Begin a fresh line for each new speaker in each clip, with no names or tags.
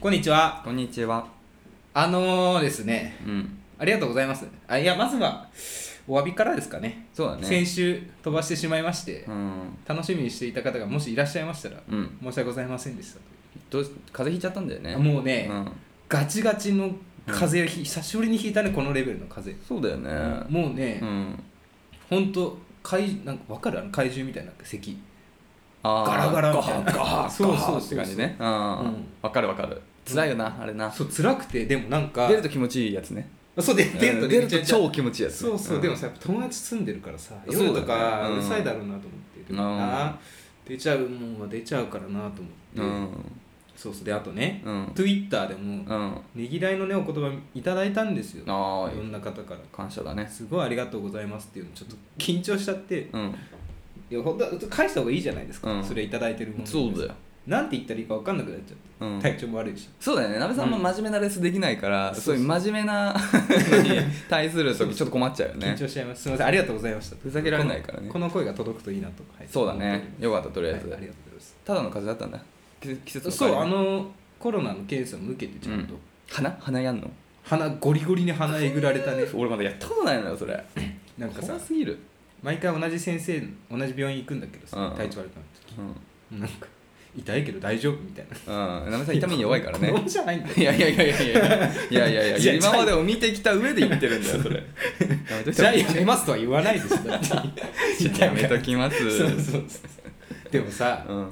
こんにちは。
こんにちは。
あのー、ですね、
うん。
ありがとうございます。あいや、まずは、お詫びからですかね。
そうだね。
先週飛ばしてしまいまして、
うん。
楽しみにしていた方がもしいらっしゃいましたら、
うん。
申し訳ございませんでしたと
どうし風邪ひいちゃったんだよね。
あもうね
うん。
ガチガチの風邪をひ、久しぶりにひいたね、このレベルの風邪。
そうだよね。
もうね
う、ん。
ほんと、怪なんかわかるあの怪獣みたいな咳。
あー
ガラガラみたいな
ガハガハ
そうそうそう
ガハって感じね。うん。
うん
わかるわかる。辛いよな、あれな。
そう、辛くて、でもなんか、
出ると気持ちいいやつね。
そう、で出る
う
と
ん
ね
出
め
る
ちゃ
と
めちゃ
超気持ちいいやつ。
そうそう、
ん
でもさやっぱ友達住んでるからさ
そうだね
夜とか
うん
うるさいだろうなと思って、
うん
でもな出ちゃうもんは出ちゃうからなと思って、
うん。
そうそうであとね、
うん。
Twitter でも
うん。
ねぎらいのねお言葉いただいたんですよいろ
ああ、
んな方から
感謝だね。
すごいありがとうございますっていうのちょっと緊張しちゃって
うん。
いやほんと返した方がいいじゃないですか、
うん
それいただいてるもん
そうだよ。
なんて言ったらいいか分かんなくなっちゃって、
うん
体調も悪 いし
そうだよね、なべさんも真面目なレースできないから、
ん
そういう真面目な のに対する時ちょっと困っちゃうよ
緊
ね
張しちゃいます、すみませんありがとうございました
ふざけられないからね
このこの声が届くといいなと、はい
そうだねよかったとりあえず、
はいありがとうございます
ただの風邪だったんだ季季節の
そうあ
の
のコロナの検査も受けてちゃんと、
うん鼻鼻やんの
鼻ゴリゴリに鼻えぐられたね
俺まだやったことないのよそれ
なんかさ
怖すぎる、
毎回同じ先生同じ病院行くんだけどさ、
うん
体調悪くなった時
うん
なんか痛いけど大丈夫みたいな
うん、なべさん痛みに弱いからね
子供じゃないんだよ
いやいやいやいやいやいやいやい
いや
や今までを見てきた上で言ってるんだよそれやめとき
じゃあ
ま
やめますとは言わないでしょだって
すやめときます
そうそうそうそうでもさ、
うん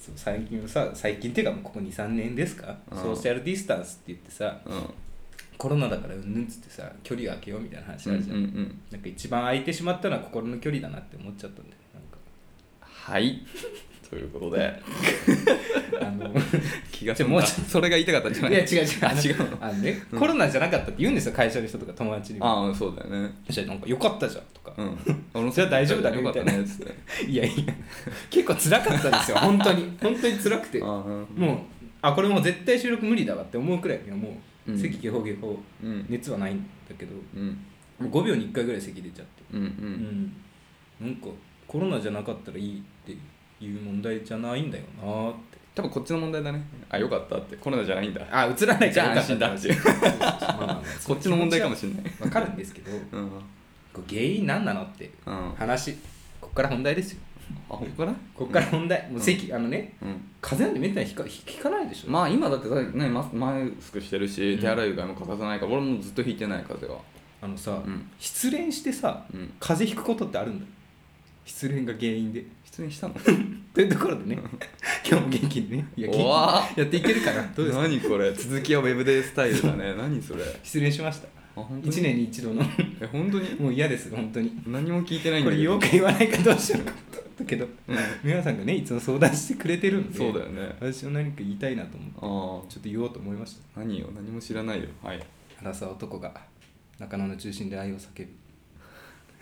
そう最近はさ最近っていうかもうここ23年ですか、
うん
ソーシャルディスタンスって言ってさ
うん
コロナだからうんぬんっつってさ距離を空けようみたいな話あるじゃん、
うんうんうん
なんか一番空いてしまったのは心の距離だなって思っちゃったんだよなんか
はいということで
あの
気が
じ
済
ゃあ
ん
も
だ
うちょ
それが言いたかったんじゃない
いや違う違う
あ違うの
あのね、コロナじゃなかったって言うんですよ会社の人とか友達にも
ああそうだよね
そしたらなんかよかったじゃんと か、
うん俺も
じゃあ大丈夫だね
よかったねっつって
いやいや結構辛かったんですよ本当に本当に辛くても う
ああ
あこれもう絶対収録無理だわって思うくらいもう、
うん
咳ゲホゲホ
うん
熱はないんだけども
うん
う5秒に1回ぐらい咳出ちゃって
うんう
うんんなんかコロナじゃなかったらいいっていう問題じゃないんだよなーって
多分こっちの問題だねあよかったってコロナじゃないんだ
あ映らない
じゃ
よ
あ
かっ
安
た
心だっていう こっちの問題かもしれない
わかるんですけど
うんうん
こう原因何なのって
あ
話こっから本題ですよ
ほんから
こっから本題、もう咳、あのね
うん
風邪なんてめったにひかひひかないでしょ、
まあ今だってさねマスマスクしてるし
ん
手洗いうがいも欠かさないから俺もずっと引いてない風邪は
あのさ、
うん
失恋してさ
うん
風邪ひくことってあるんだよ失恋が原因で
失恋したの
と いうところでね今日も元気にねいや元気に
おわ
やっていけるかなどうですか
何これ続きはウェブデースタイル だね何それ
失恋しました
あ本当
1
に
年に一度の
え本当に
もう嫌です本当に
何も聞いてないん
これ
だけ
言お
ど
うか言わないかどうしようかと思ったけど、皆さんが ねいつも相談してくれてるんで
そうだよね
私も何か言いたいなと思って
ああ
ちょっと言おうと思いました
何よ何も知らないよはい
荒沢男が中野の中心で愛を叫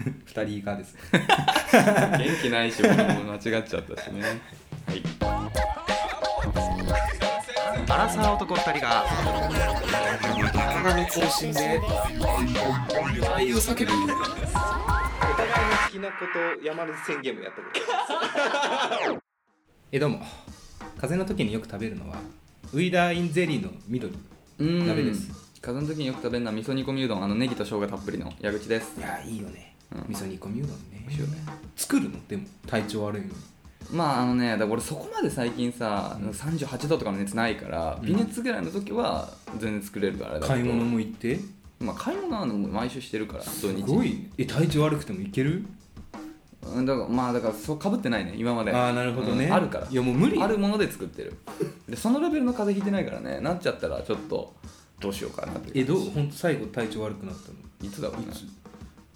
ぶ二人以下です
元気ないし俺も間違っちゃったしねはい
アラサー男2人が仲間の中心で愛を叫ぶ
お互いの好きなことを山根宣言もやったことえどうも風邪の時によく食べるのはウイダーインゼリーの緑
うん
鍋です
風の時によく食べるのは味噌煮込みうどんあのネギと生姜たっぷりの矢口です
いやいいよね、
うん
味噌煮込みうどんね
美味しいよね
作るのでも体調悪いのに
まああのねだから俺そこまで最近さ、38度とかの熱ないから、
うん
微熱ぐらいの時は全然作れるからあれだけど
買い物も行って
まあ買い物はあの毎週してるから土
す
日
ごいえ体調悪くてもいける
うんだからまあだからそうかぶってないね今まで
ああなるほどね、
うんあるから
いやもう無理
あるもので作ってるでそのレベルの風邪ひいてないからねなっちゃったらちょっとどうしようかなって
えどうほんと最後体調悪くなったの
いつだろうね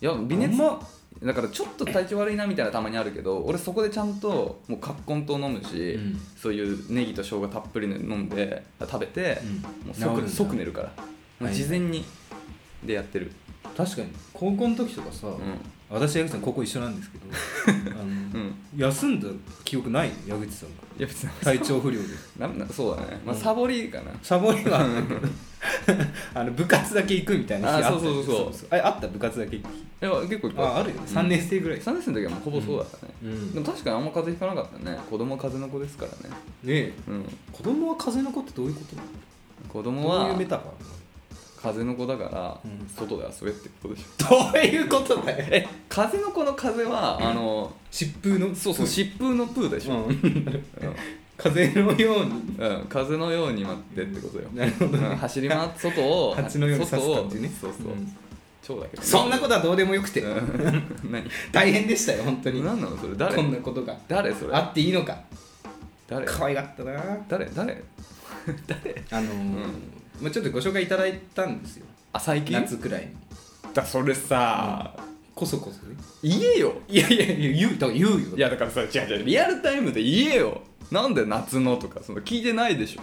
いや微熱
あんま
だからちょっと体調悪いなみたいなたまにあるけど俺そこでちゃんともう葛根糖飲むし、
うん
そういうネギと生姜たっぷりの飲んで食べて、
うん
もう
治るん
即
だ
即寝るからもう事前にでやってる、
確かに高校の時とかさ、私矢口さん高校一緒なんですけど あの、
うん
休んだ記憶ない矢口さんが
いや別に
体調不良で
ななそうだね、まあ、
うん
サボりかな、
サボりはあるんだけど あの部活だけ行くみたいな日あった
あそうそうそうそう
あれあった部活だけ行く日
いや結構いっぱい
ああるよね3年生ぐらい、
3年生の時はもうほぼそうだったね、
うん
で
ね
も確かにあんま風邪ひかなかったね子供は風邪の子ですからね
え
うん
子供は風邪の子ってどういうこと
子供
どうい
は
うメタファ
風の子だから
うん
外で遊べってことでしょ
ーどういうことだよ
え風の子の風はあの
疾風の
そうそう疾風のプーでし
う
ょ、
ん
うん
風のように
うん、風のように待ってってことよ、
なるほ
う
ど
ん、走り回って外を
蜂のように刺す感じね
外をそうそう、
うん
超だけどね、
そんなことはどうでもよくて
うん
大変でしたよ本当
何
に
何なのそれ誰
こんなことが
誰それ
あっていいのか
誰
可愛かったな
誰誰
あのーまあちょっとご紹介いただいたんですよ
あ最近
夏くらいに
だそれさ、
こそこそね
言えよ
いやいやいや言うだから言うよ
いやだからさ違う違うリアルタイムで言えよなんで夏のとかその聞いてないでしょ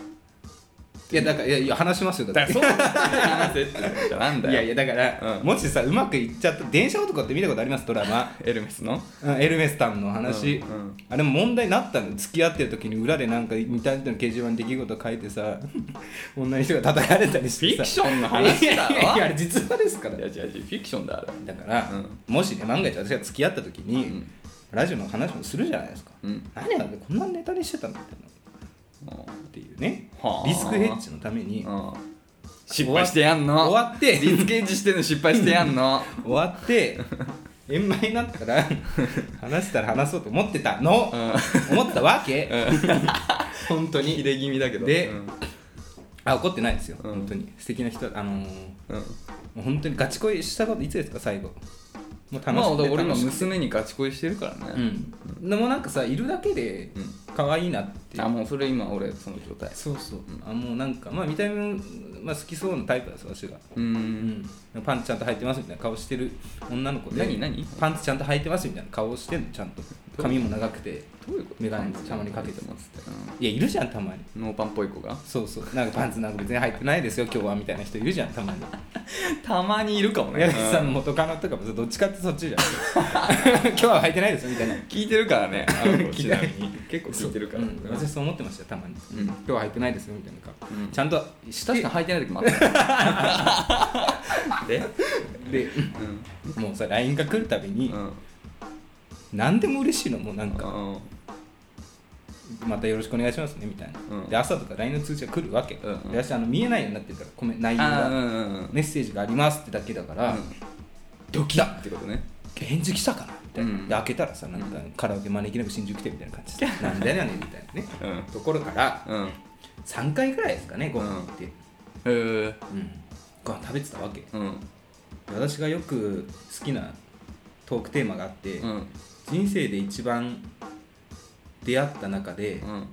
いやだからいやいや話しますよだ
だ
って
からそう 話せってじゃなんだ
い
よ
やいやだから、
うん
もしさうまくいっちゃった電車男って見たことありますドラマ
エルメスの
うんエルメスさんの話、
うんうん
あれも問題になったの付き合ってる時に裏でなんか似た人の掲示板に出来事書いてさ 女の人が叩かれたりしてさ
フィクションの話だろ
いやいやいやあれ実話ですから
いや違う違うフィクションだあれ
だから、
うん
もしね万が一私が付き合った時に、
ん
ラジオの話もするじゃないですか、
うん
何がこんなネタにしてたのみたいなっていうね
はあ
リスクヘッジのために、
うん失敗してやんの
終わって
リスケージしてんの失敗してやんの
終わって円満になった ら話したら話そうと思ってたの、思ったわけ、本当
入
に
れ気味だけど
で
うん
あ怒ってないですよ、
うん
本当に素敵な人あのー
うん
もう本当にガチ恋したこといつですか最後もう
まあ
くて
俺今
楽しくて
娘にガチ恋してるから
う
ね
んでもなんかさいるだけで
うん
可愛いなっていう
あもうそれ今俺その状態
そうそう、あもうなんかまあ見た目も、まあ、好きそうなタイプです私が、
う
うんん、パンツちゃんと履いてますみたいな顔してる女の子で
何何
パンツちゃんと履いてますみたいな顔してんのちゃんと髪も長くて
どういうこと
メガネたまにかけて
ますって、
いやいるじゃんたまに
うんノーパンっぽい子が
そうそうなんかパンツなんか別に履いてないですよ今日はみたいな人いるじゃんたま に
たまにいるかもね
矢口さんの元カノとかもさどっちかってそっちじゃん 今日は履いてないですよみたいな
聞いてるからねあの子
聞いた
ちなみに結構聞いてるから
そううん私そう思ってましたよたまに、
うん
今日は履いてないですよみたいな顔、
うん
ちゃんとした
確かに履いてない時もあったで
で もうさ LINE が来るたびに、
うん
何でも嬉しいのもうなんか、
うん
またよろしくお願いしますねみたいな、
うん
で朝とか LINE の通知が来るわけ、
うんうん
で私あの見えないようになってるからコメ内容
あーう
が、
んうんうん
メッセージがありますってだけだから、
うん
ドキッ
ってことね
返事来たかなみたいな、
うん
で開けたらさなんかカラオケ招きなく新宿来てみたいな感じでなんだよねみたいなね、
う
ところから
んうん
3回ぐらいですかねご飯行って、
へえ
うんご飯食べてたわけ
うん
私がよく好きなトークテーマがあって、
うん
人生で一番出会った中で
うん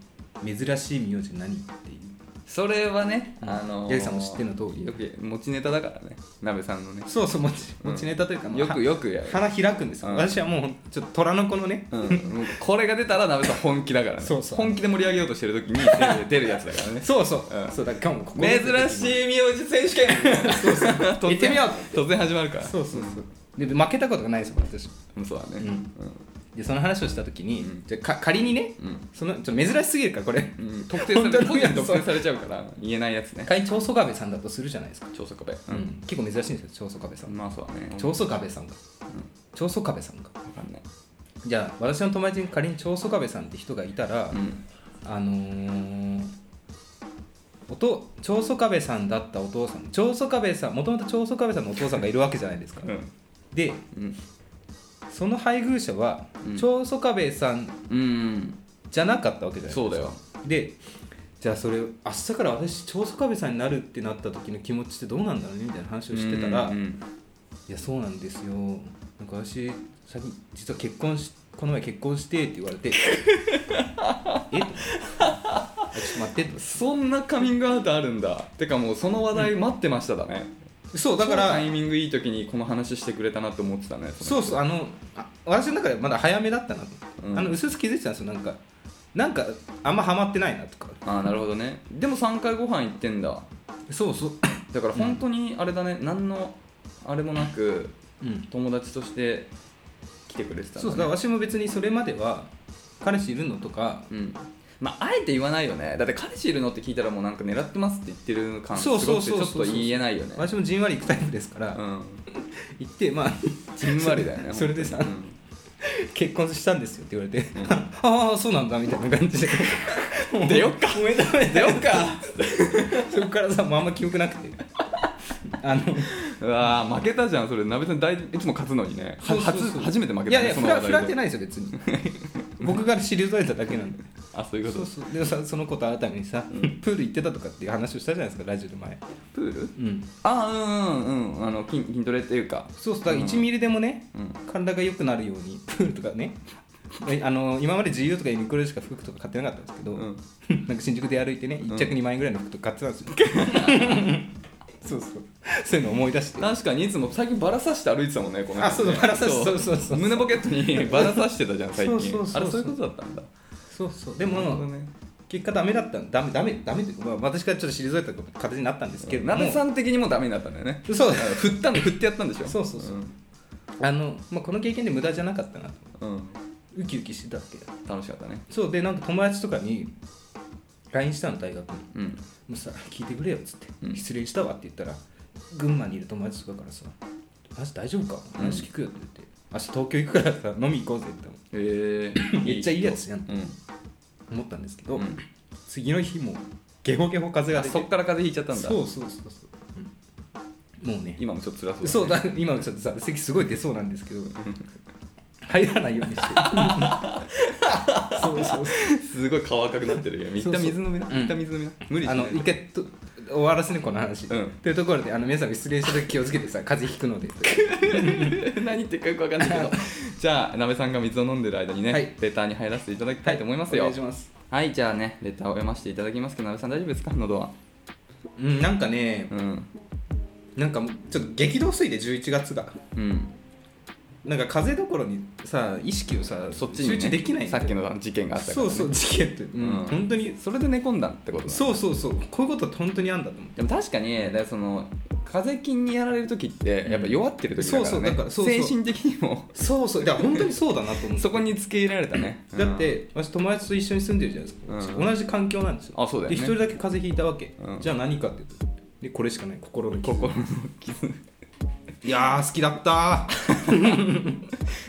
珍しい名字何っていう
それはね、あの
八重さんも知ってんの通り
よく持ちネタだからね鍋さんのね
そうそう持ち
うん
持ちネタというか、まあ
よくよくやる、
花開くんですよ、
うん
私はもうほんちょっと虎の子のね、
うん、もうこれが出たら鍋さん本気だからね
そうそう
本気で盛り上げようとしてる時に出る出るやつだからね
そうそう、
うん
そうだ今 日もここ
珍しい名字選手権そうそう
行ってみよ
う突然始まるから
そうそうそうで負けたことがないですよ私
うんそうだね
うんでその話をした時に、
うん
じゃあか仮にね、
うん
そのちょっと珍しすぎるからこれ
うん、うん特定される
本当に
特定されちゃうから言えないやつね
仮に長宗我部さんだとするじゃないですか、
長宗我部
うん結構珍しいんですよ長宗我部さん、
まあそうだね
長宗我部さんが長宗我部さんが
わかんない
じゃあ私の友達に仮に長宗我部さんって人がいたら、
うん
あのー、おと長宗我部さんだったお父さん長宗我部さんもともと長宗我部さんのお父さんがいるわけじゃないですか、
うん
で
うん
その配偶者は
うん
長宗我部さん
うん
じゃなかったわけじゃないですか
そうだよ
でじゃあそれ明日から私長宗我部さんになるってなった時の気持ちってどうなんだろうねみたいな話をしてたら「
うん
い
うん
やそうなんですよなんか私最近実は結婚しこの前結婚して」って言わ れて「えっ?」ちょっと待って」
そんなカミングアウトあるんだてかもうその話題待ってましただね、
そうだか
超
ら
タイミングいい時にこの話してくれたなと思ってたね
そうそうあのあ私の中ではまだ早めだったなと、
うん
あの薄々気づいてたんですよなんかなんかあんまハマってないなとか
ああなるほどねでも3回ご飯行ってんだ
そうそう
だから本当にあれだね、何のあれもなく
うん
友達として来てくれてたんだ、ね、
そうそうだから私も別にそれまでは彼氏いるのとか
うんまああえて言わないよねだって彼氏いるのって聞いたらもうなんか狙ってますって言ってる感す
そ
ご
う
く
そう
て
そ
ち
う
ょ
そう
っと言えないよね
私もじんわり行くタイプですから、
うん
行ってまあ
じんわりだよ ね
それでさ、
うん
結婚したんですよって言われて、 ああそうなんだみたいな感じで
出よっか
おめでとうございます
出よっか
そこからさもうあんま記憶なくてあの
うわー負けたじゃんそれなべさん大いつも勝つのにねは
そうそうそう
初初めて負け
い
た
や
ね
いや
そ
振
の
ら
話
振
題
られて
で
ないですよ別に 僕から退いただけなんで
あそういうこ
そ
と
うそうでさその子と会うためにさ、プール行ってたとかっていう話をしたじゃないですかラジオで前
プール
うん
あうんうんうんあの筋筋トレっていうか
そうそうだから1ミリでもね、
うん
体が良くなるようにプールとかねえあの今まで自由とかユニクロでしか服とか買ってなかったんですけど、
う ん
なんか新宿で歩いてね1着2万円ぐらいの服とか買ってたんですよ、 そうそうそういうの思い出して
確かにいつも最近バラさして歩いてたもんねこの人ね
あそうそうバラさして
そう
そうそうそう
胸ポケット にバラさしてたじゃん最近
そうそうそうそう
あれそういうことだったんだ
そうそうでも、
なるほどね
結果ダメだったダメダメダメっていうか、まあ、私からちょっと退いた形になったんですけれども
なべさん的にもダメになったんだよね
そう
あの振ったんで振ってやったんでしょ
そうそうそうんあの、まあ、この経験で無駄じゃなかったなと
うん、
ウキウキしてたわけだ
楽しかったね
そうでなんか友達とかに LINE したの大学に
うん
「もうさ聞いてくれよ」っつって「
うん
失礼したわ」って言ったら群馬にいる友達とかからさ「マジ大丈夫か話聞くよ」って言って「明日東京行くからさ飲み行こうぜ」って
え
言
ー、
ったのめっちゃいいやつやん
うん、
思ったんですけど、
うん、
次の日もうゲホゲホ風が
あ
出て
そっから風邪ひいちゃったんだ
そうそうそうそう、うんもうね
今もちょっと辛そうだね
そうだ今ちょっとさ席すごい出そうなんですけど入らないよう にしてそうそうそう
すごい顔赤くなってるけど、みっ
そ
た
うそう
水飲みな、
うん
みった水飲みな、無理し
あ
ない
の一回と終わらせねこの話、
うん
というところであの皆さん失礼した時気をつけてさ風邪ひくので
何言ってるかよくわかんないけど、 じゃあ、なべさんが水を飲んでる間にね、
はい
レターに入らせていただきたいと思いますよ。
お願
はい、
いします
じゃあね、レターを読ませていただきますけど、なべさん大丈夫ですか、喉は。
うんなんかね
うん、
なんかもうちょっと激動すぎて11月が
うん、
なんか風邪どころにさ意識をさ
そっちに、ね、
集中できないんだ
さ
よ
っきの事件があったから、
そうそ
ね。
う事件って、うん
うん
本当に
それで寝込んだってことだ
そうそうそうこういうことって本当にあんだと思う
でも確かにだからその風邪菌にやられる時ってやっぱ弱ってる時だからね、
そうそうだからそうそう
精神的にも
そうそうだから本当にそうだなと思う
そこにつけ入れられたね、
だって私友達と一緒に住んでるじゃないですか、
うん
同じ環境なんですよ
あそうだよね
で一人だけ風邪ひいたわけ、
うん
じゃあ何かっていうとでこれしかない心の傷
心の傷
いやー好きだったー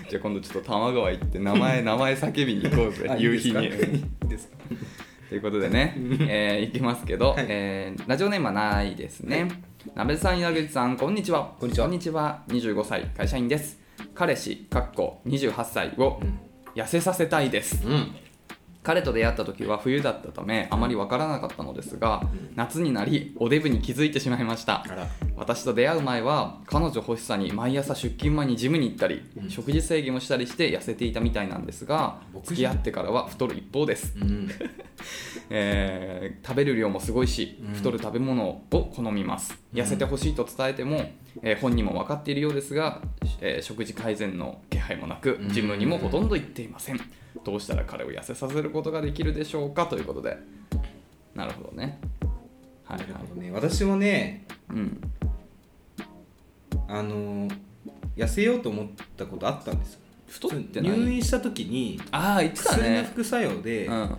じゃあ今度ちょっと多摩川行って 名前名前叫びに行こうぜ
あ
夕日
い
に
いです かいいですか
ということでね、えー、いきますけど、
はい
えーラジオネームはないですねなべさん、矢口さん、こんにちは。
こんにちは
25歳、会社員です。彼氏、かっこ28歳を
うん
痩せさせたいです。
うん
彼と出会った時は冬だったためあまりわからなかったのですが
うん
夏になりおデブに気づいてしまいました
あら
私と出会う前は彼女欲しさに毎朝出勤前にジムに行ったり
うん
食事制限をしたりして痩せていたみたいなんですが
僕
付き合ってからは太る一方です、
うん
えー食べる量もすごいし
うん
太る食べ物を好みます痩せてほしいと伝えても、えー本人も分かっているようですが、えー食事改善の気配もなく
うん
ジムにもほとんど行っていませんどうしたら彼を痩せさせることができるでしょうかということでなるほどねはい
な
は
る
い
ほどね私もね
うん
あのー痩せようと思ったことあったんですよ
太ってない
入院した時に
ああ言ってた
薬の
ね
副作用で
うん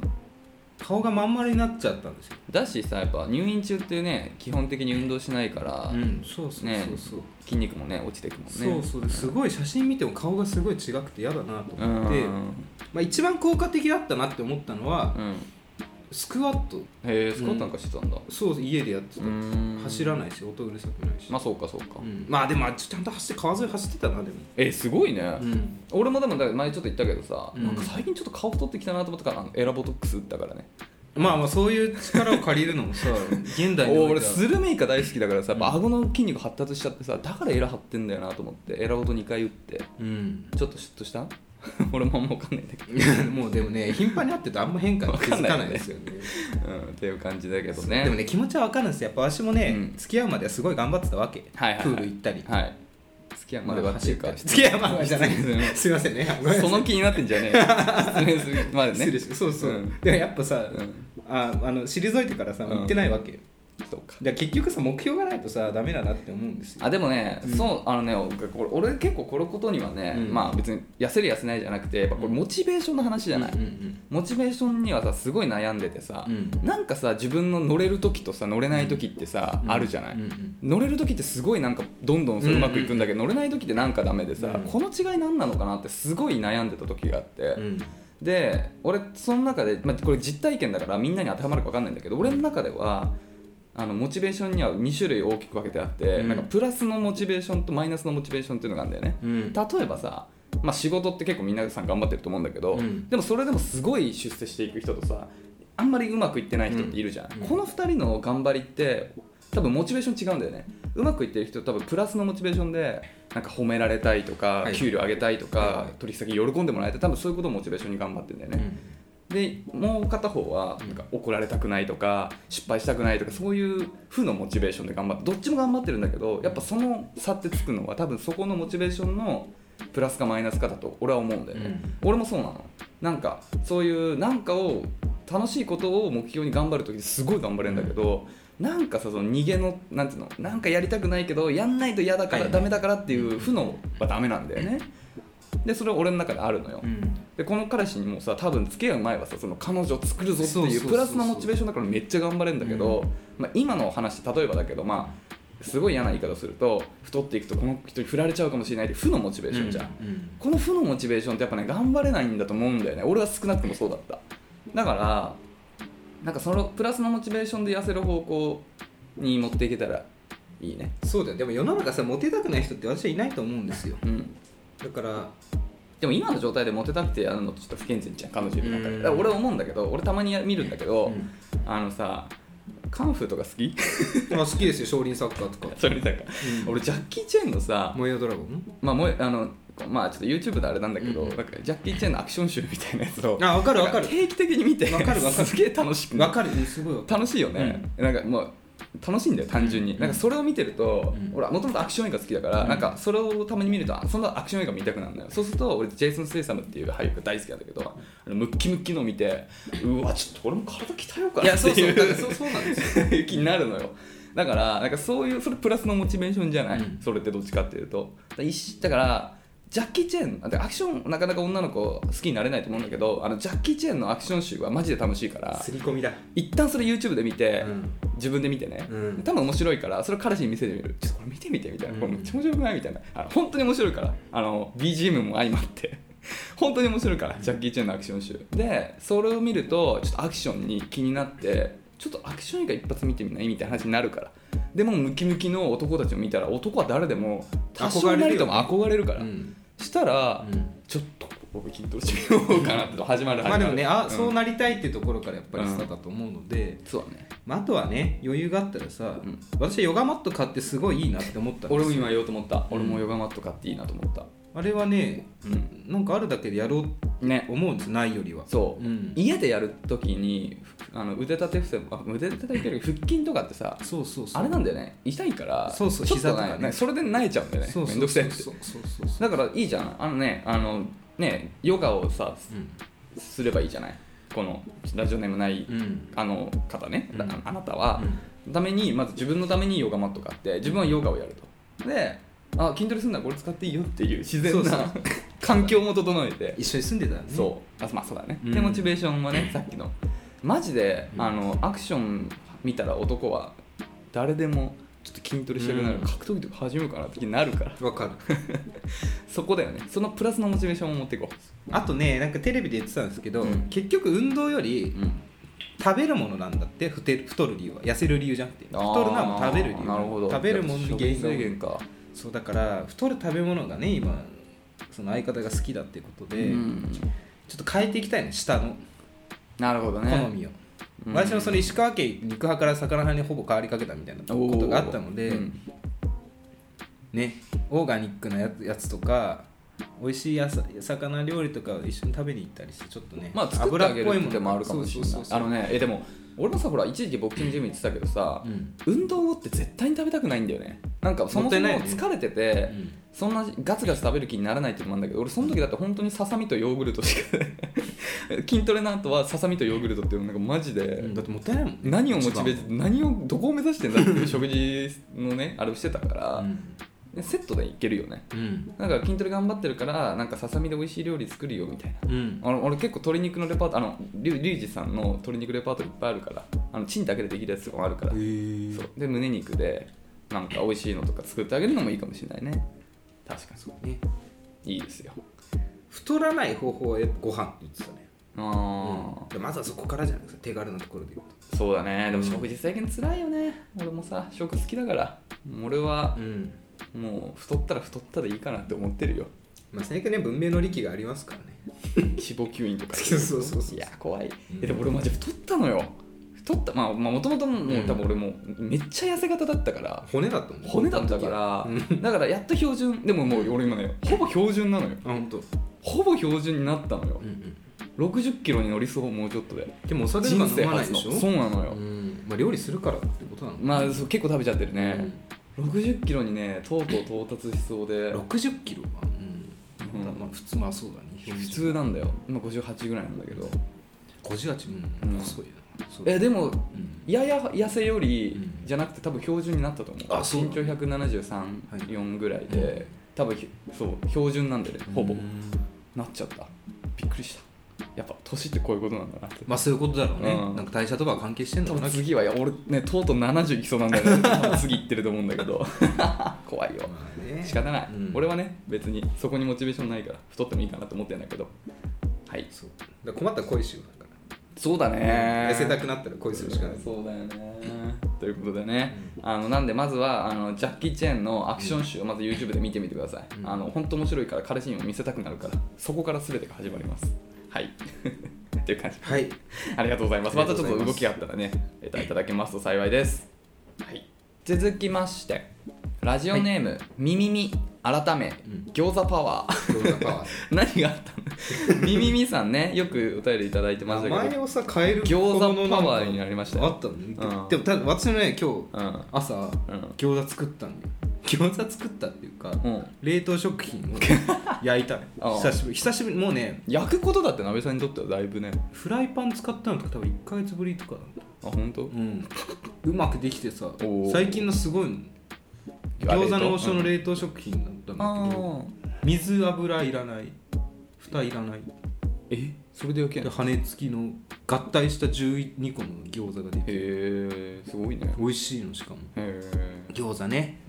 顔がまん丸になっちゃったんですよ、
だしさやっぱ入院中ってね基本的に運動しないから、
うんそうそう
ね
そうそう、
筋肉もね落ちてくもんね
そうそうですごい写真見ても顔がすごい違くて嫌だなと
うん
思って、まあ、一番効果的だったなって思ったのは、
うん
スクワット
へえスカットなんかしてたんだ、
そう家でやってた、
うん
走らないし音うるさくないし、
まあそうかそうか、
うんまあでもあちゃんと走って川沿い走ってたなでも、
えすごいね、
うん
俺もでもだから前ちょっと言ったけどさ、
うん
なんか最近ちょっと顔太ってきたなと思ったからあのエラボトックス打ったからね
まあまあそういう力を借りるのも さ現代の
お俺スルメイカ大好きだからさやっ
う
ぱ
ん
顎の筋肉発達しちゃってさだからエラ張ってんだよなと思ってエラボト2回打って
うん、
ちょっとシュッとした 俺もあんま分かんないんだけ
もうでもね頻繁に会ってるとあんま変化に気づかないですよね
ど、うん、っていう感じだけどね
でもね気持ちは分かるんですよやっぱ私もね、
うん
付き合うまではすごい頑張ってたわけ、
はいはいはい
プール行ったり、
はい付き合うまではっていうか
走ったり付き合うまではじゃない すいません ねごめんなさい
その気になってんじゃねえよ失恋するまでね
失礼しそうそう、
うん
でもやっぱさ、
うん
ああの退いてからさ
うん
行ってないわけよ、
そうか
じゃあ結局さ目標がないとさダメだなって思うんですよ
あでもね、
うん
そうあのね俺俺結構このことにはね、
うん
まあ別に痩せる痩せないじゃなくてやっぱこれモチベーションの話じゃない、
うんうん
モチベーションにはさすごい悩んでてさ、
うん
なんかさ自分の乗れる時とさ乗れない時ってさ、
うん
あるじゃない、
うんうん
乗れる時ってすごいなんかどんどんそれうまくいくんだけど、乗れない時ってなんかダメでさ、
うん
この違い何なのかなってすごい悩んでた時があって、
うんうん
で俺その中で、まあ、これ実体験だからみんなに当てはまるか分かんないんだけど俺の中ではあのモチベーションには2種類大きく分けてあって、
うん
なんかプラスのモチベーションとマイナスのモチベーションっていうのがあるんだよね
うん
例えばさ、まあ、仕事って結構皆さん頑張ってると思うんだけど、
うん
でもそれでもすごい出世していく人とさあんまりうまくいってない人っているじゃん、
うんうん
この2人の頑張りって多分モチベーション違うんだよねうまくいってる人多分プラスのモチベーションでなんか褒められたいとか、
はい
給料上げたいとか、
はいはい
取引先喜んでもらえたい多分そういうことをモチベーションに頑張ってんだよね、でもう片方はなんか怒られたくないとか失敗したくないとかそういう負のモチベーションで頑張ってどっちも頑張ってるんだけどやっぱその差ってつくのは多分そこのモチベーションのプラスかマイナスかだと俺は思うんだよね、俺もそうなのなんかそういうなんかを楽しいことを目標に頑張る時すごい頑張れるんだけど、なんかさその逃げのなんていうのなんかやりたくないけどやんないと嫌だから、
はい
ダメだからっていう負のはダメなんだよねでそれ俺の中であるのよ、でこの彼氏にもさ多分付き合う前はさその彼女を作るぞって
そうそう
い
そう
う
そう
プラスのモチベーションだからめっちゃ頑張れるんだけど、まあ、今のお話例えばだけどまあすごい嫌な言い方をすると太っていくとこの人に振られちゃうかもしれないって負のモチベーションじゃん、この負のモチベーションってやっぱね頑張れないんだと思うんだよね俺は少なくともそうだっただからなんかそのプラスのモチベーションで痩せる方向に持っていけたらいいね
そうだよでも世の中さモテたくない人って私はいないと思うんですよ
うん
だから
でも今の状態でモテたくてやるのってちょっと不健全じゃん彼女いる中
う
で
ん
だから俺は思うんだけど俺たまにや見るんだけど、
うん
あのさカンフーとか好き
まあ好きですよ少林サッカーとか
それなんか俺ジャッキー・チェンのさ
燃えよドラゴン
まあもうあのまあちょっと YouTube であれなんだけど、
うん
なんかジャッキー・チェンのアクション集みたいなやつを
あ分かる分か
なん
る
定期的に見て
わかるわかる
すげえ楽しく
分かるうんすごいわかる
楽しいよね、なんかもう楽しいんだよ単純に、なんかそれを見てると、
うん
俺はもともとアクション映画好きだから、
うん
なんかそれをたまに見るとあそんなアクション映画見たくなるんだよそうすると俺ジェイソン・ステイサムっていう俳優が大好きなんだけどあのムッキムッキのを見てうわちょっと俺も体鍛えようか
い
な
や
って
そうそ
いう
だからそう そうなんですよ
う気になるのよだからなんかそういうそれプラスのモチベーションじゃない、
うん
それってどっちかっていうとだから一だからジャッキー・チェーンだってアクションなかなか女の子好きになれないと思うんだけどあのジャッキー・チェーンのアクション集はマジで楽しいから
すり込みだ
一旦それ YouTube で見て、
うん
自分で見てね、
うん
多分面白いからそれを彼氏に見せてみるちょっとこれ見てみてみたいな、これめっちゃ面白くないみたいなあの本当に面白いからあの BGM も相まって 本当に面白いからジャッキー・チェンのアクション集でそれを見るとちょっとアクションに気になってちょっとアクション映画一発見てみないみたいな話になるからでもムキムキの男たちを見たら男は誰でも多少なりとも憧れるから、
うん
したら、
うん
ちょっと僕筋トレしてみようかなって始まる始
まあでもねあそううんなりたいっていうところからやっぱりスタートだと思うので
そうだね
まああとはね余裕があったらさ
うん
私はヨガマット買ってすごいいいなって思ったんですよ
俺も今言おうと思った俺もヨガマット買っていいなと思った、
あれはね
うん、
なんかあるだけでやろうって
ね
思うんですないよりは
そう、
うん
家でやるときにふあの腕立て伏せあ腕立て伏せより腹筋とかってさ
そうそうそう
あれなんだよね痛いから
そうそう
ちょっと
膝とかね
ねそれで慣れちゃうんだよね
そう
め
そ
ん
う
どくせ
そ
えっ
う
て
そうそうそうそう
だからいいじゃんあのねあのねヨガをさすればいいじゃないこのラジオネームない、
うんうん
あの方ね、
うん
ああなたは、ためにまず自分のためにヨガマット買って自分はヨガをやるとであ筋トレするならこれ使っていいよっていう自然
そうそ
な
う
環境も整えて
一緒に住んでたらね
そうあまあそうだね、
うん
でモチベーション はねさっきのマジで、
うん
あのアクション見たら男は誰でもちょっと筋トレしたくなる、
うん
格闘技とか始めようかなって気になるから
わかる
そこだよねそのプラスのモチベーションを持っていこ
あとねなんかテレビで言ってたんですけど、
うん
結局運動よ
う、
り食べるものなんだってふて太る理由は痩せる理由じゃなくて太
あー
るのはもう食べる理由
なるほど
食べるものに原因が
食事制限か
そうだから太る食べ物がね今その相方が好きだってことで、
うん
ちょっと変えていきたいね下の
なるほどね
好みを、
うん
私もその石川県肉派から魚派にほぼ変わりかけたみたいな
おー
ことがあったので、
うん
ねオーガニックなやつやつとか美味しいやさ魚料理とかを一緒に食べに行ったりしてちょっとね、
まあ作ってあげるって手
で
もあるかもしれないあのねえでも俺もさほら一時期ボクシングジム行ってたけどさ、
うん
運動後って絶対に食べたくないんだよねなんかそ
も
もそも
ったいないよね
疲れてて、そんなガツガツ食べる気にならないっていうのもあるんだけど俺その時だって本当にささみとヨーグルトしか 筋トレの後はささみとヨーグルトっていうのなんかマジで、
うんだってもったいないもんね
何をモチベ
一
ーション何をどこを目指してんだっていう食事のねあれをしてたから
番、
でセットでいけるよね
うん
だから筋トレ頑張ってるからなんかささみで美味しい料理作るよみたいな
うん、うん
あの俺結構鶏肉のレパートあのリュリュウジさんの鶏肉レパートリーいっぱいあるからあのチンだけでできるやつとかもあるから、
ー
そうで胸肉でなんか美味しいのとか作ってあげるのもいいかもしれないね確かにそう
ね
いいですよ
太らない方法はやっぱご飯って言ってたね
あ
うんまずはそこからじゃないですか手軽なところで言う
あそうだねでも食事制限つらいよね俺もさ食好きだから俺は
とうん
もう太ったら太ったでいいかなって思ってるよ
まあ最悪ね文明の利器がありますからね
脂肪吸引とか
そうそうそうそう
いや怖い、
うん
えでも俺マジ太ったのよ太ったまあもともともう多分俺もめっちゃ痩せ型だったから、
骨だったもんね
骨だったから、だからやっと標準でももう俺今ねほぼ標準なのよ
あ本当。
ほぼ標準になったのよ
うんうん
6 0キロに乗りそうもうちょっとで
でもお酒と
人
か
生
飲まない
初
で
の
しょ
そうなのよ、
うんまあ料理するからってことなの
まあそう結構食べちゃってる
あ
ね、6 0キロにねとうとう到達しそうで
60キロはうん
うん
まあ普通まあそうだね
普通なんだよ今58ぐらいなんだけど
58う
うんん
細いなそう
えでも
うん
やや痩せより
うん
じゃなくて多分標準になったと思う
あそう
身長
はい
1734ぐらいで、多分ひそう標準なんでねほぼ、
うん
なっちゃったびっくりしたやっぱ年ってこういうことなんだなって
まあそういうことだろうね
うん
なんか代謝とかは関係してんだ
多
ろうな
分次はいや俺ねとうとう70いきそうなんだよね 多分次いってると思うんだけど 怖いよ
まあね
仕方ない、
うん
俺はね別にそこにモチベーションないから太ってもいいかなと思ってんだけどはい
そうだから困ったら恋しようだか
そうだ
ら
ね
痩せたくなったら恋するしかない
そうだよねということでね、あのなんでまずはあのジャッキー・チェーンのアクション集をまず YouTube で見てみてください、
うん
あの本当面白いから彼氏にも見せたくなるからそこから全てが始まりますはい っていう感じ
はい
ありがとうございます。
あ
ま
りが
た
と
ち
う
ょ
ございます
っと動きがあったらね、レターいただけますと幸いです。はい。続きまして、ラジオネーム、みみみ、改め、
ん
餃子パワー。
餃子パ ワー
何があったのみみみさんね、よくお便りいただいてましたけ
前
ど、
をさ変える
餃子パワーになりました
あ
よ。
ったのね、
うん
でもた私もね今日
うん。
朝、
うん
餃子作ったんだよ餃子作ったっていうか、
うん
冷凍食品を焼いた
ああ
の久しぶり久しぶりもうね
焼くことだって、鍋さんにとってはだいぶね、
フライパン使ったのとか多分1か月ぶりとかだ
あ、本当
うんうまくできてさ
おお
最近のすごいの餃子の王将の冷凍食品だったんだけど、
ああ。
水油いらない蓋いらない
えそれで焼けん
で
のへ
羽根付きの合体した12個の餃子が出て
え、すごいね。へ
美味しいのしかも
え。
餃子ね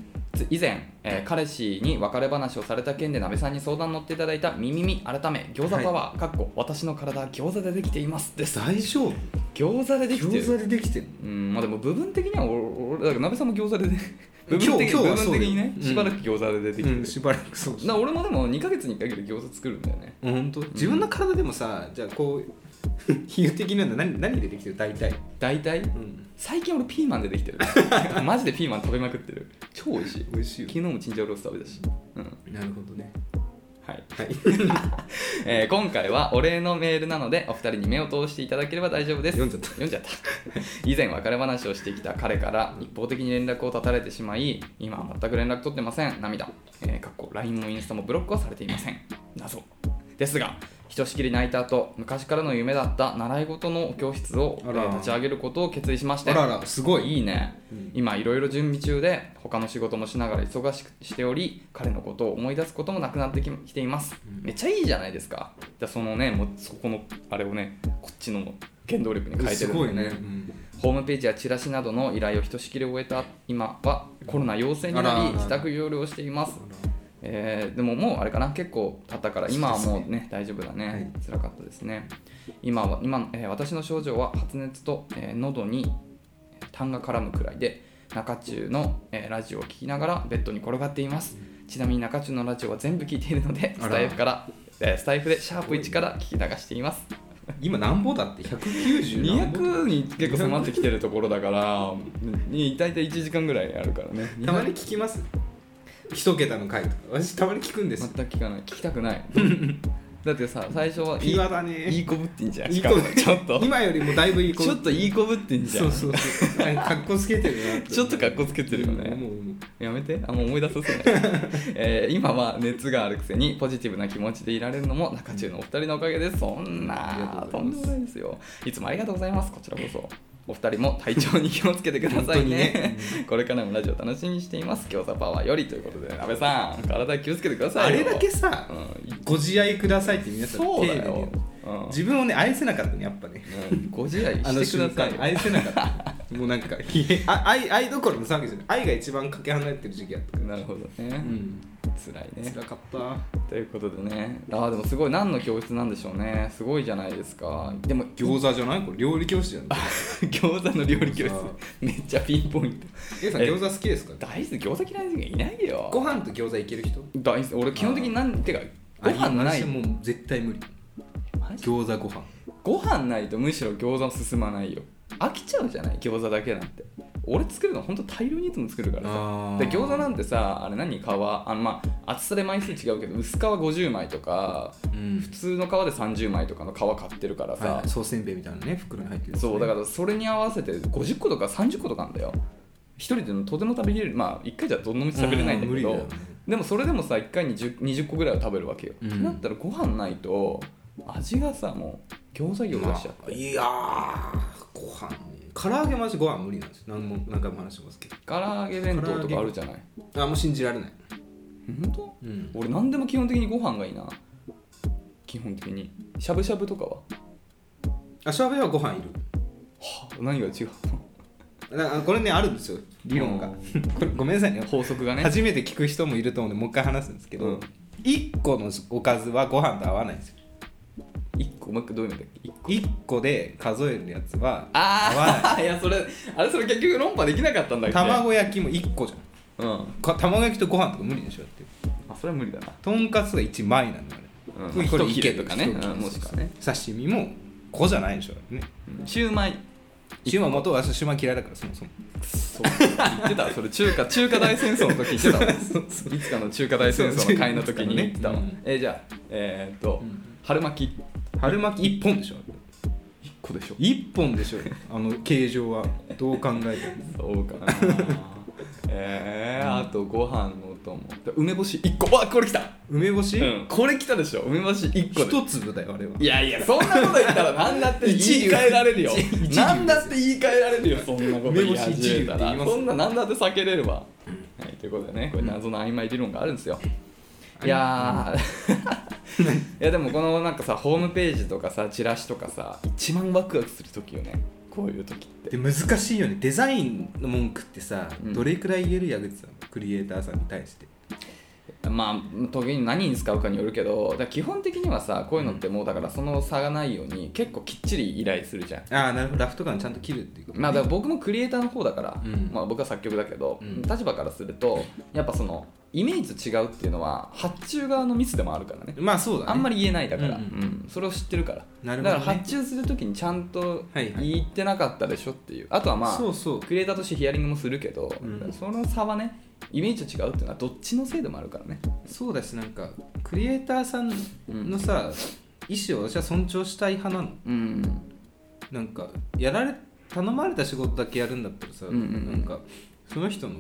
以前、えー彼氏に別れ話をされた件で鍋さんに相談乗っていただいた「みみみ改め餃子パワー」かっこ私の体は餃子でできています」です
大丈夫
餃子でできて
餃子
る
でできてる
うんまあでも部分的にはお俺だから鍋さんも餃子でで部
今日
分的
今日
部
はそう
分
よ
的にね
うん
しばらく餃子でできて
う
る、
んしばらくそう
な俺もでも2ヶ月に1回ぐらい餃子作るんだよね
本当自分の体でもさじゃあこう比喩的なの何何でできてる大体
大体
うん
最近俺ピーマンでで きてるマジでピーマン食べまくってる超美味しい
美味しい
昨日もチンジャオロース食べたしうん
なるほどね
はい
はい
えー今回はお礼のメールなのでお二人に目を通していただければ大丈夫です
読んじゃった
読んじゃった 以前別れ話をしてきた彼から一方的に連絡を絶たれてしまい今は全く連絡取ってません涙、えー、かっこ LINE もインスタもブロックはされていません謎ですがひとしきり泣いた後昔からの夢だった習い事の教室を、え
あら
ー立ち上げることを決意しまして
あららすごい
いいね、
うん
今いろいろ準備中で他の仕事もしながら忙しくしており彼のことを思い出すこともなくなってききています、
うん
めっちゃいいじゃないですかじゃあそのねもうそこのあれをねこっちの原動力に変えて
す
る
ごいねうん
ホームページやチラシなどの依頼をひとしきり終えた今はコロナ陽性に
あらあ
な
ら
り自宅療養していますえーでももうあれかな結構経ったから今はもうね大丈夫だね、
はい
辛かったですね今は今、えー私の症状は発熱と、えー喉に痰が絡むくらいで中中の、えーラジオを聞きながらベッドに転がっています、ちなみに中中のラジオは全部聞いているので
あら
スタイフから、えースタイフでシャープ1から聞き流しています
今なんぼだって190なんぼ
200に結構迫ってきてるところだからに大体1時間ぐらいあるから ね
たまに聞きます一桁の回とか私たまに聞くんです
全
よ
く聞かない聞きたくないだってさ最初はいい
ピュアだね
いい子ぶってんじゃん
い
し
い
か
子
もちょっと
今よりもだいぶいい子
ちょっといい子ぶってんじゃ
そ
ん
うそうそうなんかかっこつけてるなて
ちょっとかっこつけてるよね
もうもう
やめてあもう思い出さ せない、えー今は熱があるくせにポジティブな気持ちでいられるのも中中のお二人のおかげですそん
ありが
な
と
と
うございます
んでもないですよいつもありがとうございますこちらこそお二人も体調に気をつけてくださ
本当
い
に
ね
ね
これからもラジオ楽しみにしています餃子パワーよりということで安倍さん体気をつけてくださ
あ
い
れ
よ
だけさ
うん
ご自愛くださいって皆さん
そうだ
丁寧に
よ
言う、
うん
自分をね愛せなかったねやっぱね
うんご自愛
あの
してく
瞬
ださい
間
よ
愛せなかったもうなんかあ愛愛どころの騒ぎじゃない愛が一番かけ離れてる時期やった
なるほど
う
ね、
ん
辛いね
辛かった
ということでねああでもすごい何の教室なんでしょうねすごいじゃないですかでも
餃子じゃないこれ料理教室じゃない
餃子の料理教室
餃子
めっちゃピンポイント
A さん
え
餃子好きですか
大好き餃子嫌いな人がいないよ
ご飯と餃子いける人
大好き俺基本的になんてかご飯ない
私もう絶対無理
マジ
餃子ご飯
ご飯ないとむしろ餃子進まないよ飽きちゃうじゃない餃子だけなんて俺作るのほんと大量にいつも作るからさ
あー
で餃子なんてさあれ何皮あのまあ厚さで枚数違うけど薄皮50枚とか
うん
普通の皮で30枚とかの皮買ってるからさ、
はいそうせんべいみたいなね袋に入ってるやつね
そうだからそれに合わせて50個とか30個とかなんだよ一人でもとても食べきれるまあ一回じゃどんな道食べれないんだ
うん無
け
理
ど、
だよね
でもそれでもさ1回に10 20個ぐらいは食べるわけよ、
うん
だったらご飯ないと味がさもう餃子餃子しちゃって、
いやーご飯唐揚げマジご飯無理なんですよ何も何回も話してますけ
唐揚げ弁当とかあるじゃない
どあんま信じられない
本当
うん
俺何でも基本的にご飯がいいな基本的にしゃぶしゃぶとかは
あしゃべはご飯いる
は何が違 う
だからこれねあるんですよ理論が
うん
これごめんなさいね
法則がね
初めて聞く人もいると思うんでもう一回話すんですけ
う
ど、
ん
一1個のおかずはご飯と合わないんですよ
1個もう一回どういうのだっけ1
1個で数えるやつは合わ
ああいやそれあれそれ結局論破できなかったん
な
だ
い
けど、ね、
卵焼きも1個じゃん
うん
か卵焼きとご飯とか無理でしょだって
あそれは無理だな
とんかつが1枚なんだから、
うん
これこれいける
一切れとかね
一切れ
うんもしくはね
刺身も個じゃないでしょだってね
シューマイ
シュウマイ元はシュウマイ嫌いだからそもそも
そう言ってたそれ中華中華大戦争の時言っ てたわいつかの中華大戦争の会の時に言ってたわ、
そう中華のね
えーじゃあえーっと、
うん
春巻き
春巻き1本でしょ
1 個でしょ
1本でし ょあの形状はどう考えても
そうかなえー、あとご飯のお供梅干し1個わこれきた、
梅干し、
うん、これきたでしょ梅干し1個で
一粒だよあれはい
やいやそんなこと言ったら何だって言い
一流
換えられるよ
一流です
何だって言い換えられるよそんなこと言い
梅干し一
始
流
め
ったて言い
ら
ます
そんな何だって避けれるわ、はい、ということでねこれ謎の曖昧理論があるんですよ、いやー いやでもこのなんかさホームページとかさチラシとかさ一番ワクワクする時よねこういう時っ
で
て
難しいよねデザインの文句ってさ、
うん
どれくらい言える矢口さんクリエイターさんに対して
まあ時に何に使うかによるけどだから基本的にはさこういうのってもうだからその差がないように結構きっちり依頼するじゃん
ああなるほどラフとかにちゃんと切るっていうことね、
まあ、だから僕もクリエイターの方だから、
うん
まあ、僕は作曲だけど、
うん
立場からするとやっぱそのイメージと違うっていうのは発注側のミスでもあるからね
まあそうだね
あんまり言えないだから、
うんうん
うんそれを知ってるから
なるほ
だ
ど
か
ね
ら発注する時にちゃんと
はいはい
言ってなかったでしょっていう、あとはまあ
そうそう
クリエイターとしてヒアリングもするけど、
うん
その差はねイメージと違うっていうのはどっちのせいでもあるからね
そうだしなんかクリエイターさんのさ、意思を私は尊重したい派なの
うん
なんかやられ頼まれた仕事だけやるんだったらさ、
うんうんうん
なんかその人の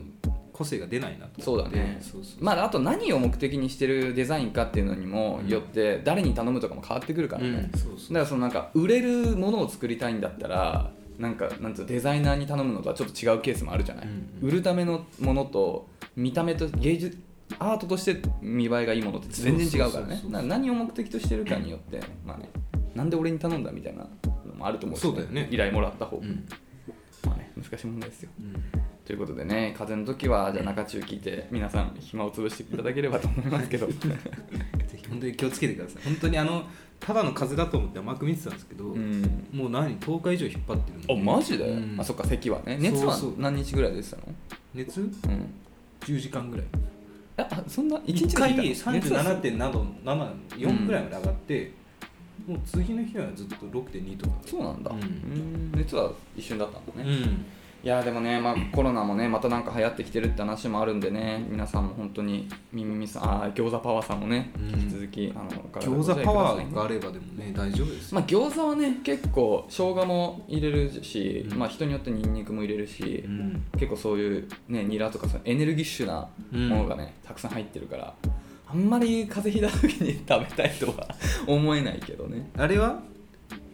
個性が出ないなと
そうだね
そうそう
まあ、あと何を目的にしてるデザインかっていうのにもよって誰に頼むとかも変わってくるからね、
うんそうそう
だからそのなんか売れるものを作りたいんだったらなんかなんつうのデザイナーに頼むのとはちょっと違うケースもあるじゃない、
うんうん
売るためのものと見た目と芸術アートとして見栄えがいいものって全然違うから
そうそう
ね
そうそう
だから何を目的としてるかによって、まあね、なんで俺に頼んだみたいなのもあると思うし、
そうだよね
依頼もらった方が、
うん
まあね、難しい問題ですよ
うん
ということでね風の時はじゃあ中中聞いて皆さん暇を潰していただければと思います けど
ぜひ本当に気をつけてください本当にあのただの風だと思って甘く見てたんですけど、
うん
もう何10日以上引っ張ってる
あ
の
マジで、
うん
あそっか咳はね熱は
そうそう
何日ぐらいでしたの
熱
うん
10時間ぐらい
えあそんな一
1
日で
回
聞いた熱は
37.74ぐらいまで上がって、もう次の日にはずっと6.2とか
そうなんだ、
う
うんん、熱は一瞬だったんだね、
う
い
ん
やでもね、まあ、コロナもねまたなんか流行ってきてるって話もあるんでね皆さんも本当にみみみさんあー餃子パワーさんもね、
うん
引き続きあのお体ご自
餃子
愛くださいね
パワーがあればでもね大丈夫ですよ、
まあ、餃子はね結構生姜も入れるし、
うん
まあ、人によってニンニクも入れるし、
うん
結構そういう、ね、ニラとかさエネルギッシュな
うん
ものがね、たくさん入ってるからあんまり風邪ひいた時に食べたいとは思えないけどね
あれは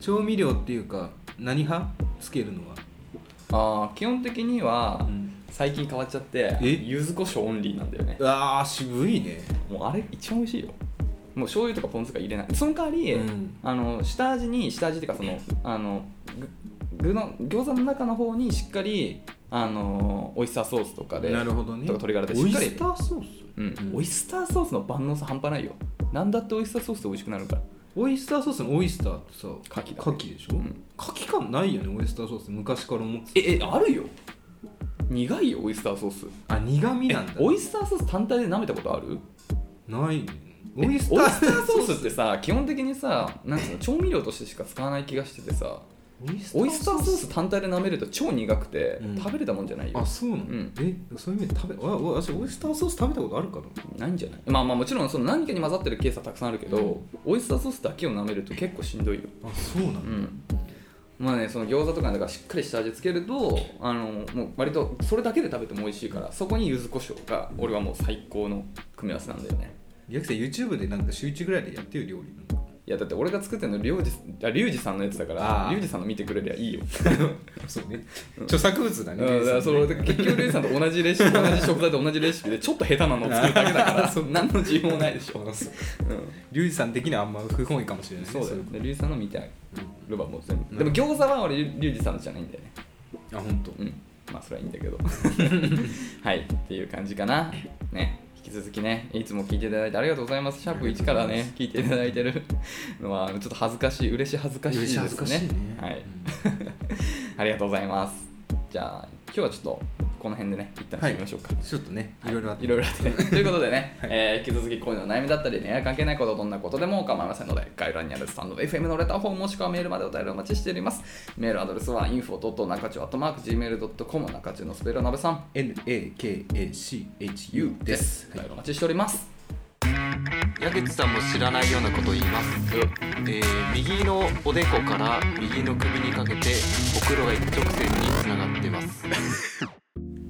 調味料っていうか何派つけるのは、
あー基本的には
うん
最近変わっちゃって
え
柚子胡椒オンリーなんだよね
うわー渋いね
もうあれ一番美味しいよもう醤油とかポン酢が入れないその代わり、
うん
あの下味に下味っていうかそのあのぐ具の餃子の中の方にしっかりあのーオイスターソースとかで
なるほどね
とか鶏ガラで
オ
しっ
イ
かり
スターソース
うん
うん
オイスターソースの万能さ半端ないよなんだってオイスターソースで美味しくなるから
オイスターソースのオイスターってさ
牡蠣だね
牡蠣でしょ、
うん
牡蠣感ないよねオイスターソースって昔から思ってた
ええあるよ苦いよオイスターソース
あ苦味なんだ
オイスターソース単体で舐めたことある
ないね
え
オイスタ
オイ
ー
スターソースってさ基本的にさなんつうの調味料としてしか使わない気がしててさオイスターソース単体で舐めると超苦くて、
うん
食べれたもんじゃないよ
あそうなの、
うん
えそういう意味で食べわわ私オイスターソース食べたことあるかな
ないんじゃないまあまあもちろんその何かに混ざってるケースはたくさんあるけど、
うん
オイスターソースだけを舐めると結構しんどいよ
あそうなの、
うんまあねその餃子とかだからしっかり下味つけるとあのもう割とそれだけで食べても美味しいからそこに柚子胡椒が俺はもう最高の組み合わせなんだよね
ヤキさん YouTube でなんか週1ぐらいでやってる料理なんか
いやだって俺が作ってるのリュウジあリュウジさんのやつだか
あ
ら
ー
リュウジさんの見てくれりゃいいよ
そうね著作物だね
うんだからそれ
ね
結局レイさんと同じレシピ同じ食材と同じレシピでちょっと下手なのを作るだけだから 何の需要もないでしょ、
あそう
うん、
リュウジさん的にはあんま不本意かもしれないね
そうだよ
いこ
ねリュウジさんの見てあればもう全
う
部
ん
でも餃子は俺リュリュウジさんのじゃないんだよね
とあ本当。
うんまあそれはいいんだ けどはいっていう感じかなね引き続きねいつも聞いていただいてありがとうございますシャープ1からね聞いていただいてるのはちょっと恥ずかしい嬉しい恥ずかしいですね
嬉しい恥ずかしいね
はい、ありがとうございますじゃあ今日はちょっとこの辺でね一旦締めましょうか、
ちょっとねいろいろあって
いろいろあ ってねということでね、えー引き続き恋の悩みだったり恋愛関係ないことどんなことでも構いませんので概要欄にあるスタンド FM のレターフォームもしくはメールまでお便りお待ちしておりますメールアドレスは info.nakachu.gmail.com 中中のスペルはなべさん
NAKACHU で
ですす、はい、お待ちしております
矢口さんも知らないようなことを言います、えー右のおでこから右の首にかけてほくろが一直線につながってます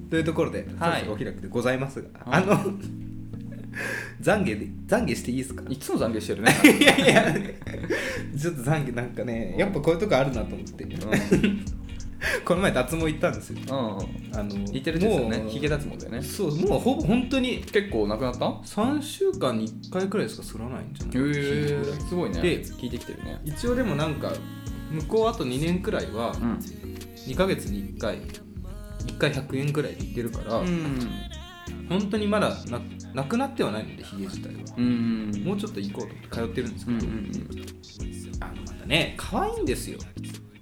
というところで、
はい
そろそろお開きでございますが、
はい
あの 懺悔で懺悔していいですか
いつも懺悔してるね
い やいやちょっと懺悔なんかねやっぱこういうとこあるなと思って、この前脱毛行ったんですよ
うん、うん、
あの
似てるんですよね
もう
ヒゲ脱毛だよね
そうもうほぼ本当に
結構なくなった
3週間に1回くらいしか剃らないんじゃない
へーすごいね
で
聞いてきてるね
一応でもなんか向こうあと2年くらいは
うん
2ヶ月に1回1回100円くらいで行ってるから、
うん
本当にまだななくなってはないのでヒゲ自体は
うん
もうちょっと行こうと思って通ってるんです
う
け
んう
ど、
ん
あのまたね可愛いんですよ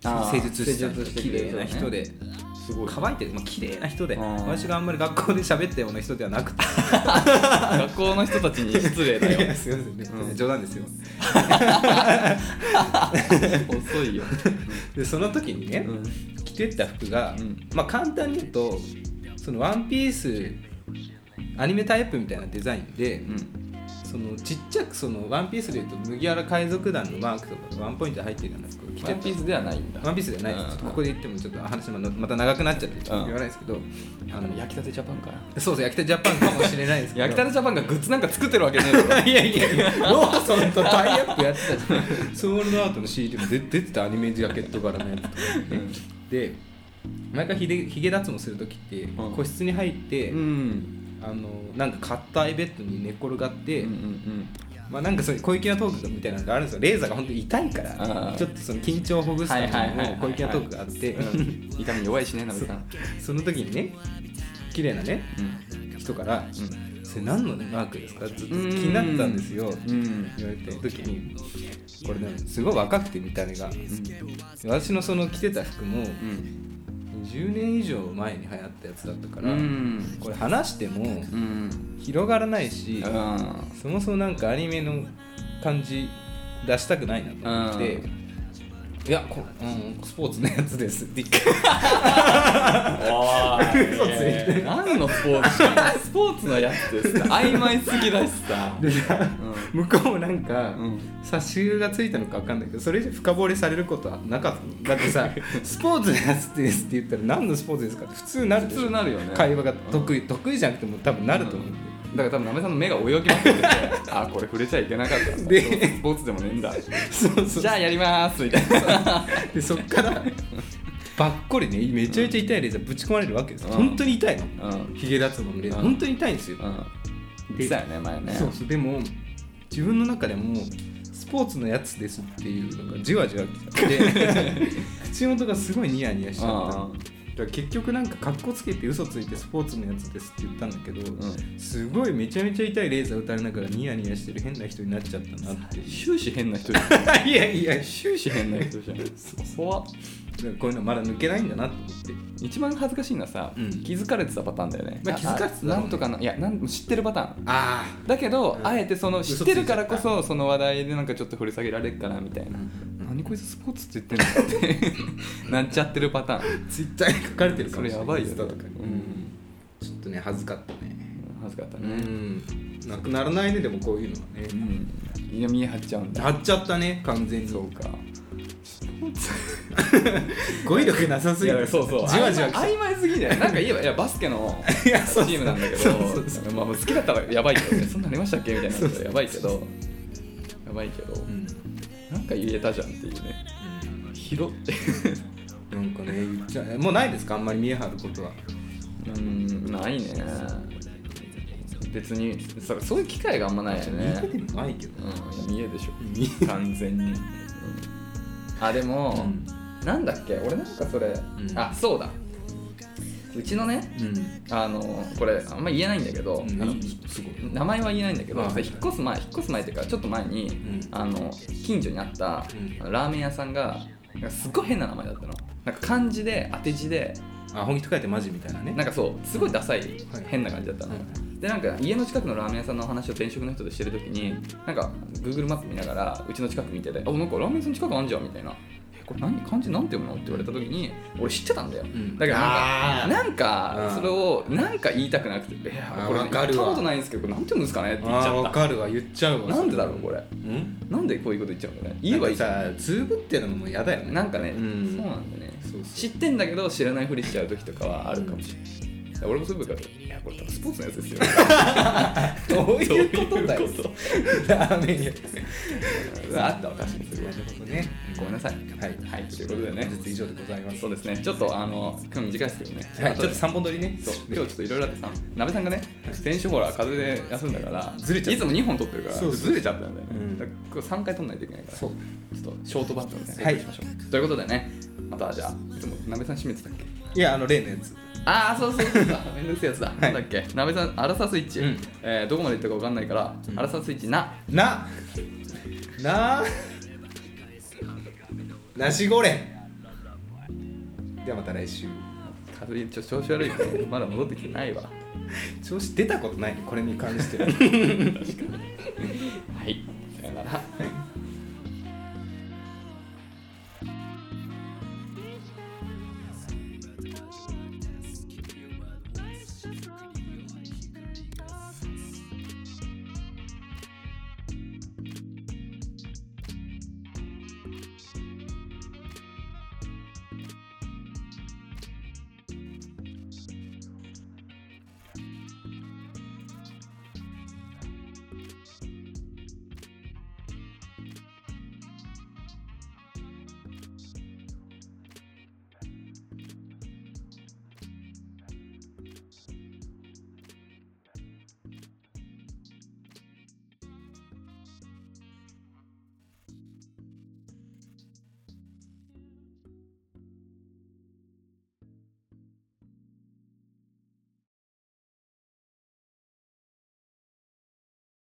あー
施術師さん
施術して
綺
くれる
麗な人で、
すご
可愛いっていうかまあ綺麗な人で
うん
私があんまり学校で喋ったような人ではな くて
学校の人たちに失礼だ
い
よ
やすいませんね、
うん
冗談ですよ
遅いよ、
でその時にね、着てった服が、
うん
まあ簡単に言うとそのワンピースアニメタイプみたいなデザインで、
うん
そのちっちゃくそのワンピースでいうと麦わら海賊団のマークとかがワンポイントで入ってるじゃないですか着
ワ
て
ン
た
ピースではないんだ
ワンピースじゃないです、
うん
ちょっとここで言ってもちょっと話ままた長くなっちゃってちょっと言わないですけど、あの
焼きたてジャパンかな
そうそう焼きたてジャパンかもしれないですけど
焼きたてジャパンがグッズなんか作ってるわけねえだろ
いやいやいやローソンとタイアップやってたじゃんソウルのアートの CD も出出てたアニメジャケット柄のやつとかで毎回ひげひげ脱毛する時って、
うん
個室に入って、
うん
あのなんか硬いベッドに寝転がって、
うんうん
まあ、なんかそういう小粋なトークみたいなのがあるんですよレーザーが本当に痛いか
う
ら
ん
ちょっとその緊張をほぐすため
はいはいはいはい
の小粋なトークがあって
うん痛みに弱いしねなべさん
その時にね綺麗なね
うん
人から
う
「それ何のマークですか?」ずっと気になってたんですよ
んうん
言われて時にこれねすごい若くて見た目が私のその着てた服も
うん
20年以上前に流行ったやつだったか
う
ら、
ん
これ話しても
うん
広がらないし、
うん
そもそもなんかアニメの感じ出したくないなと思って、
う
いやこ、うん、スポーツのやつですって言って
おーい何のスポーツ スポーツのやつですか曖昧すぎだしさ
で向こうもなんか、
うん
差しがついたのか分かんないけどそれ以上深掘りされることはなかったのだって さスポーツのやつですって言ったら何のスポーツですかって普通なるでしょ
普通なるよね
会話が得意、得意じゃなくても多分なると思う、
だから多分なめさんの目が泳ぎまく っててあこれ触れちゃいけなかった
で
スポーツでもねえんだ
そうそう
じゃあやりますみたいな
でそっからばっこりねめちゃめちゃ痛いレーザーぶち込まれるわけですよ、
うん
本当に痛いの
うん
ヒゲ脱毛のレーザー、
うん
本当に痛いんですよ、
うん
で
でたよね前ね
そうそうでも自 分の中でもスポーツのやつですっていうのがじわじわきて普口元がすごいニヤニヤしちゃった
あ
のだから結局なんかかっこつけて嘘ついてスポーツのやつですって言ったんだけど、
うん
すごいめちゃめちゃ痛いレーザー打たれながらニヤニヤしてる変な人になっちゃったなって い
終始変な人じゃん
ういやいや
終始変な人じゃん怖っ
こういうのまだ抜けないんだなと思って
一番恥ずかしいのはさ、
うん
気づかれてたパターンだよね、
まあ気づかれてただろうね
なんとかないやなん知ってるパターン
あ
だけど、
うん
あえてその
嘘つい
知
ちゃ
っ
った
てるからこそその話題でなんかちょっと掘り下げられるかなみたいな、何こいつスポーツって言ってんのって なっちゃってるパターン
あツイッターに書かれてるか
そ
も
れ
しれ
や
な
ば
い
い
イン
よ
ス
ね
タとかに、
うん
ちょっとね恥ずかったね
恥ずかった
う
ね、
んなくならないねでもこういうのは
う
ね
ん、いや見え張っちゃうんだ
貼っちゃったね完全に
そうか
語彙力なさすぎ
いや
て
そうそう
じわじわ
曖昧曖昧す ぎだよなんか言えばいやバスケのチ
やそうそう
ームなんだけど
そうそうそ
まあまあ好きだったらやば いけどねそんなんありましたっけみたいなことやばいけどやばいけど、
うん
なんか言えたじゃんっていうね広って
なんかね言っちゃもうないですかあんまり見え張ることは
うんないね別にそそういう機会があんまないよ
見え
ね
てもないけど
うん見えでしょ
見
完全に、うんあでも、
うん
なんだっけ俺なんかそれ、
ん
あそうだうちのね
うん
あのこれあんま言えないんだけど、あの
すごい
名前は言えないんだけど、
はいはいはい
引っ越す前引っ越す前っていうかちょっと前に、
ん
あの近所にあった、
う
ラーメン屋さんがなんかすっごい変な名前だったのなんか漢字で当て字で
あ本気と書いてマジみたいなね
なんかそうすごいダサい、変な感じだったの、
はい
でなんか家の近くのラーメン屋さんの話を転職の人としてる時になんか Google マップ見ながらうちの近く見てて「あなんかラーメン屋さん近くあんじゃん」みたいな「えこれ何漢字なんて読むの?」って言われた時に俺知ってたんだよ、
ん
だけど
あー
なんかな
う
ん
ん
かそれをなんか言いたくなくて「いや
あ
これ
わかるわ
言ったことないんですけどこれなんて読むんですかね?」って言っち
ああ
ゃ
わ
った
かるわ言っちゃうわ
なんでだろう
そ
これ
うん
なんでこういうこと言っちゃうのね言えばいいじゃん
なんかさつぶってのももう嫌だよね
なんかね、
うん
そうなんだよね
そうそう
知ってんだけど知らないふりしちゃう時とかはあるかもしれない、だから俺もそういう部下でいやこれ多分スポーツのやつですよ
どういうことだよ
そういうこ
ラーメン屋
とあったわ確かにそれは
ね
ごめんなさい
はい
はいということでね
本日以上でございます
そうですねちょっとあの今日短いですけどね、
はいちょっと
後で
三本撮りね
そう今日ちょっといろいろあってさなべさんがね先週ほら風邪で休んだから
ずれちゃった
いつも2本撮ってるから
そうそう
ずれちゃったんだよね、
うん
だから今日3回撮んないといけないから
そう
ちょっとショートバットみたいな
はい
しましょう、ということでねまたじゃあいつもなべさん閉めてたっけ
いやあの例のやつ
ああそうそうそうそう めんどくせえやつだ、なんだっけなべさんアラサースイッチ、
うん
えーどこまで行ったか分かんないから、
ん
アラサースイッチな
なななしゴレンではまた来週
風邪ちょ調子悪いからねまだ戻ってきてないわ
調子出たことないねこれに関しては
はいさよなら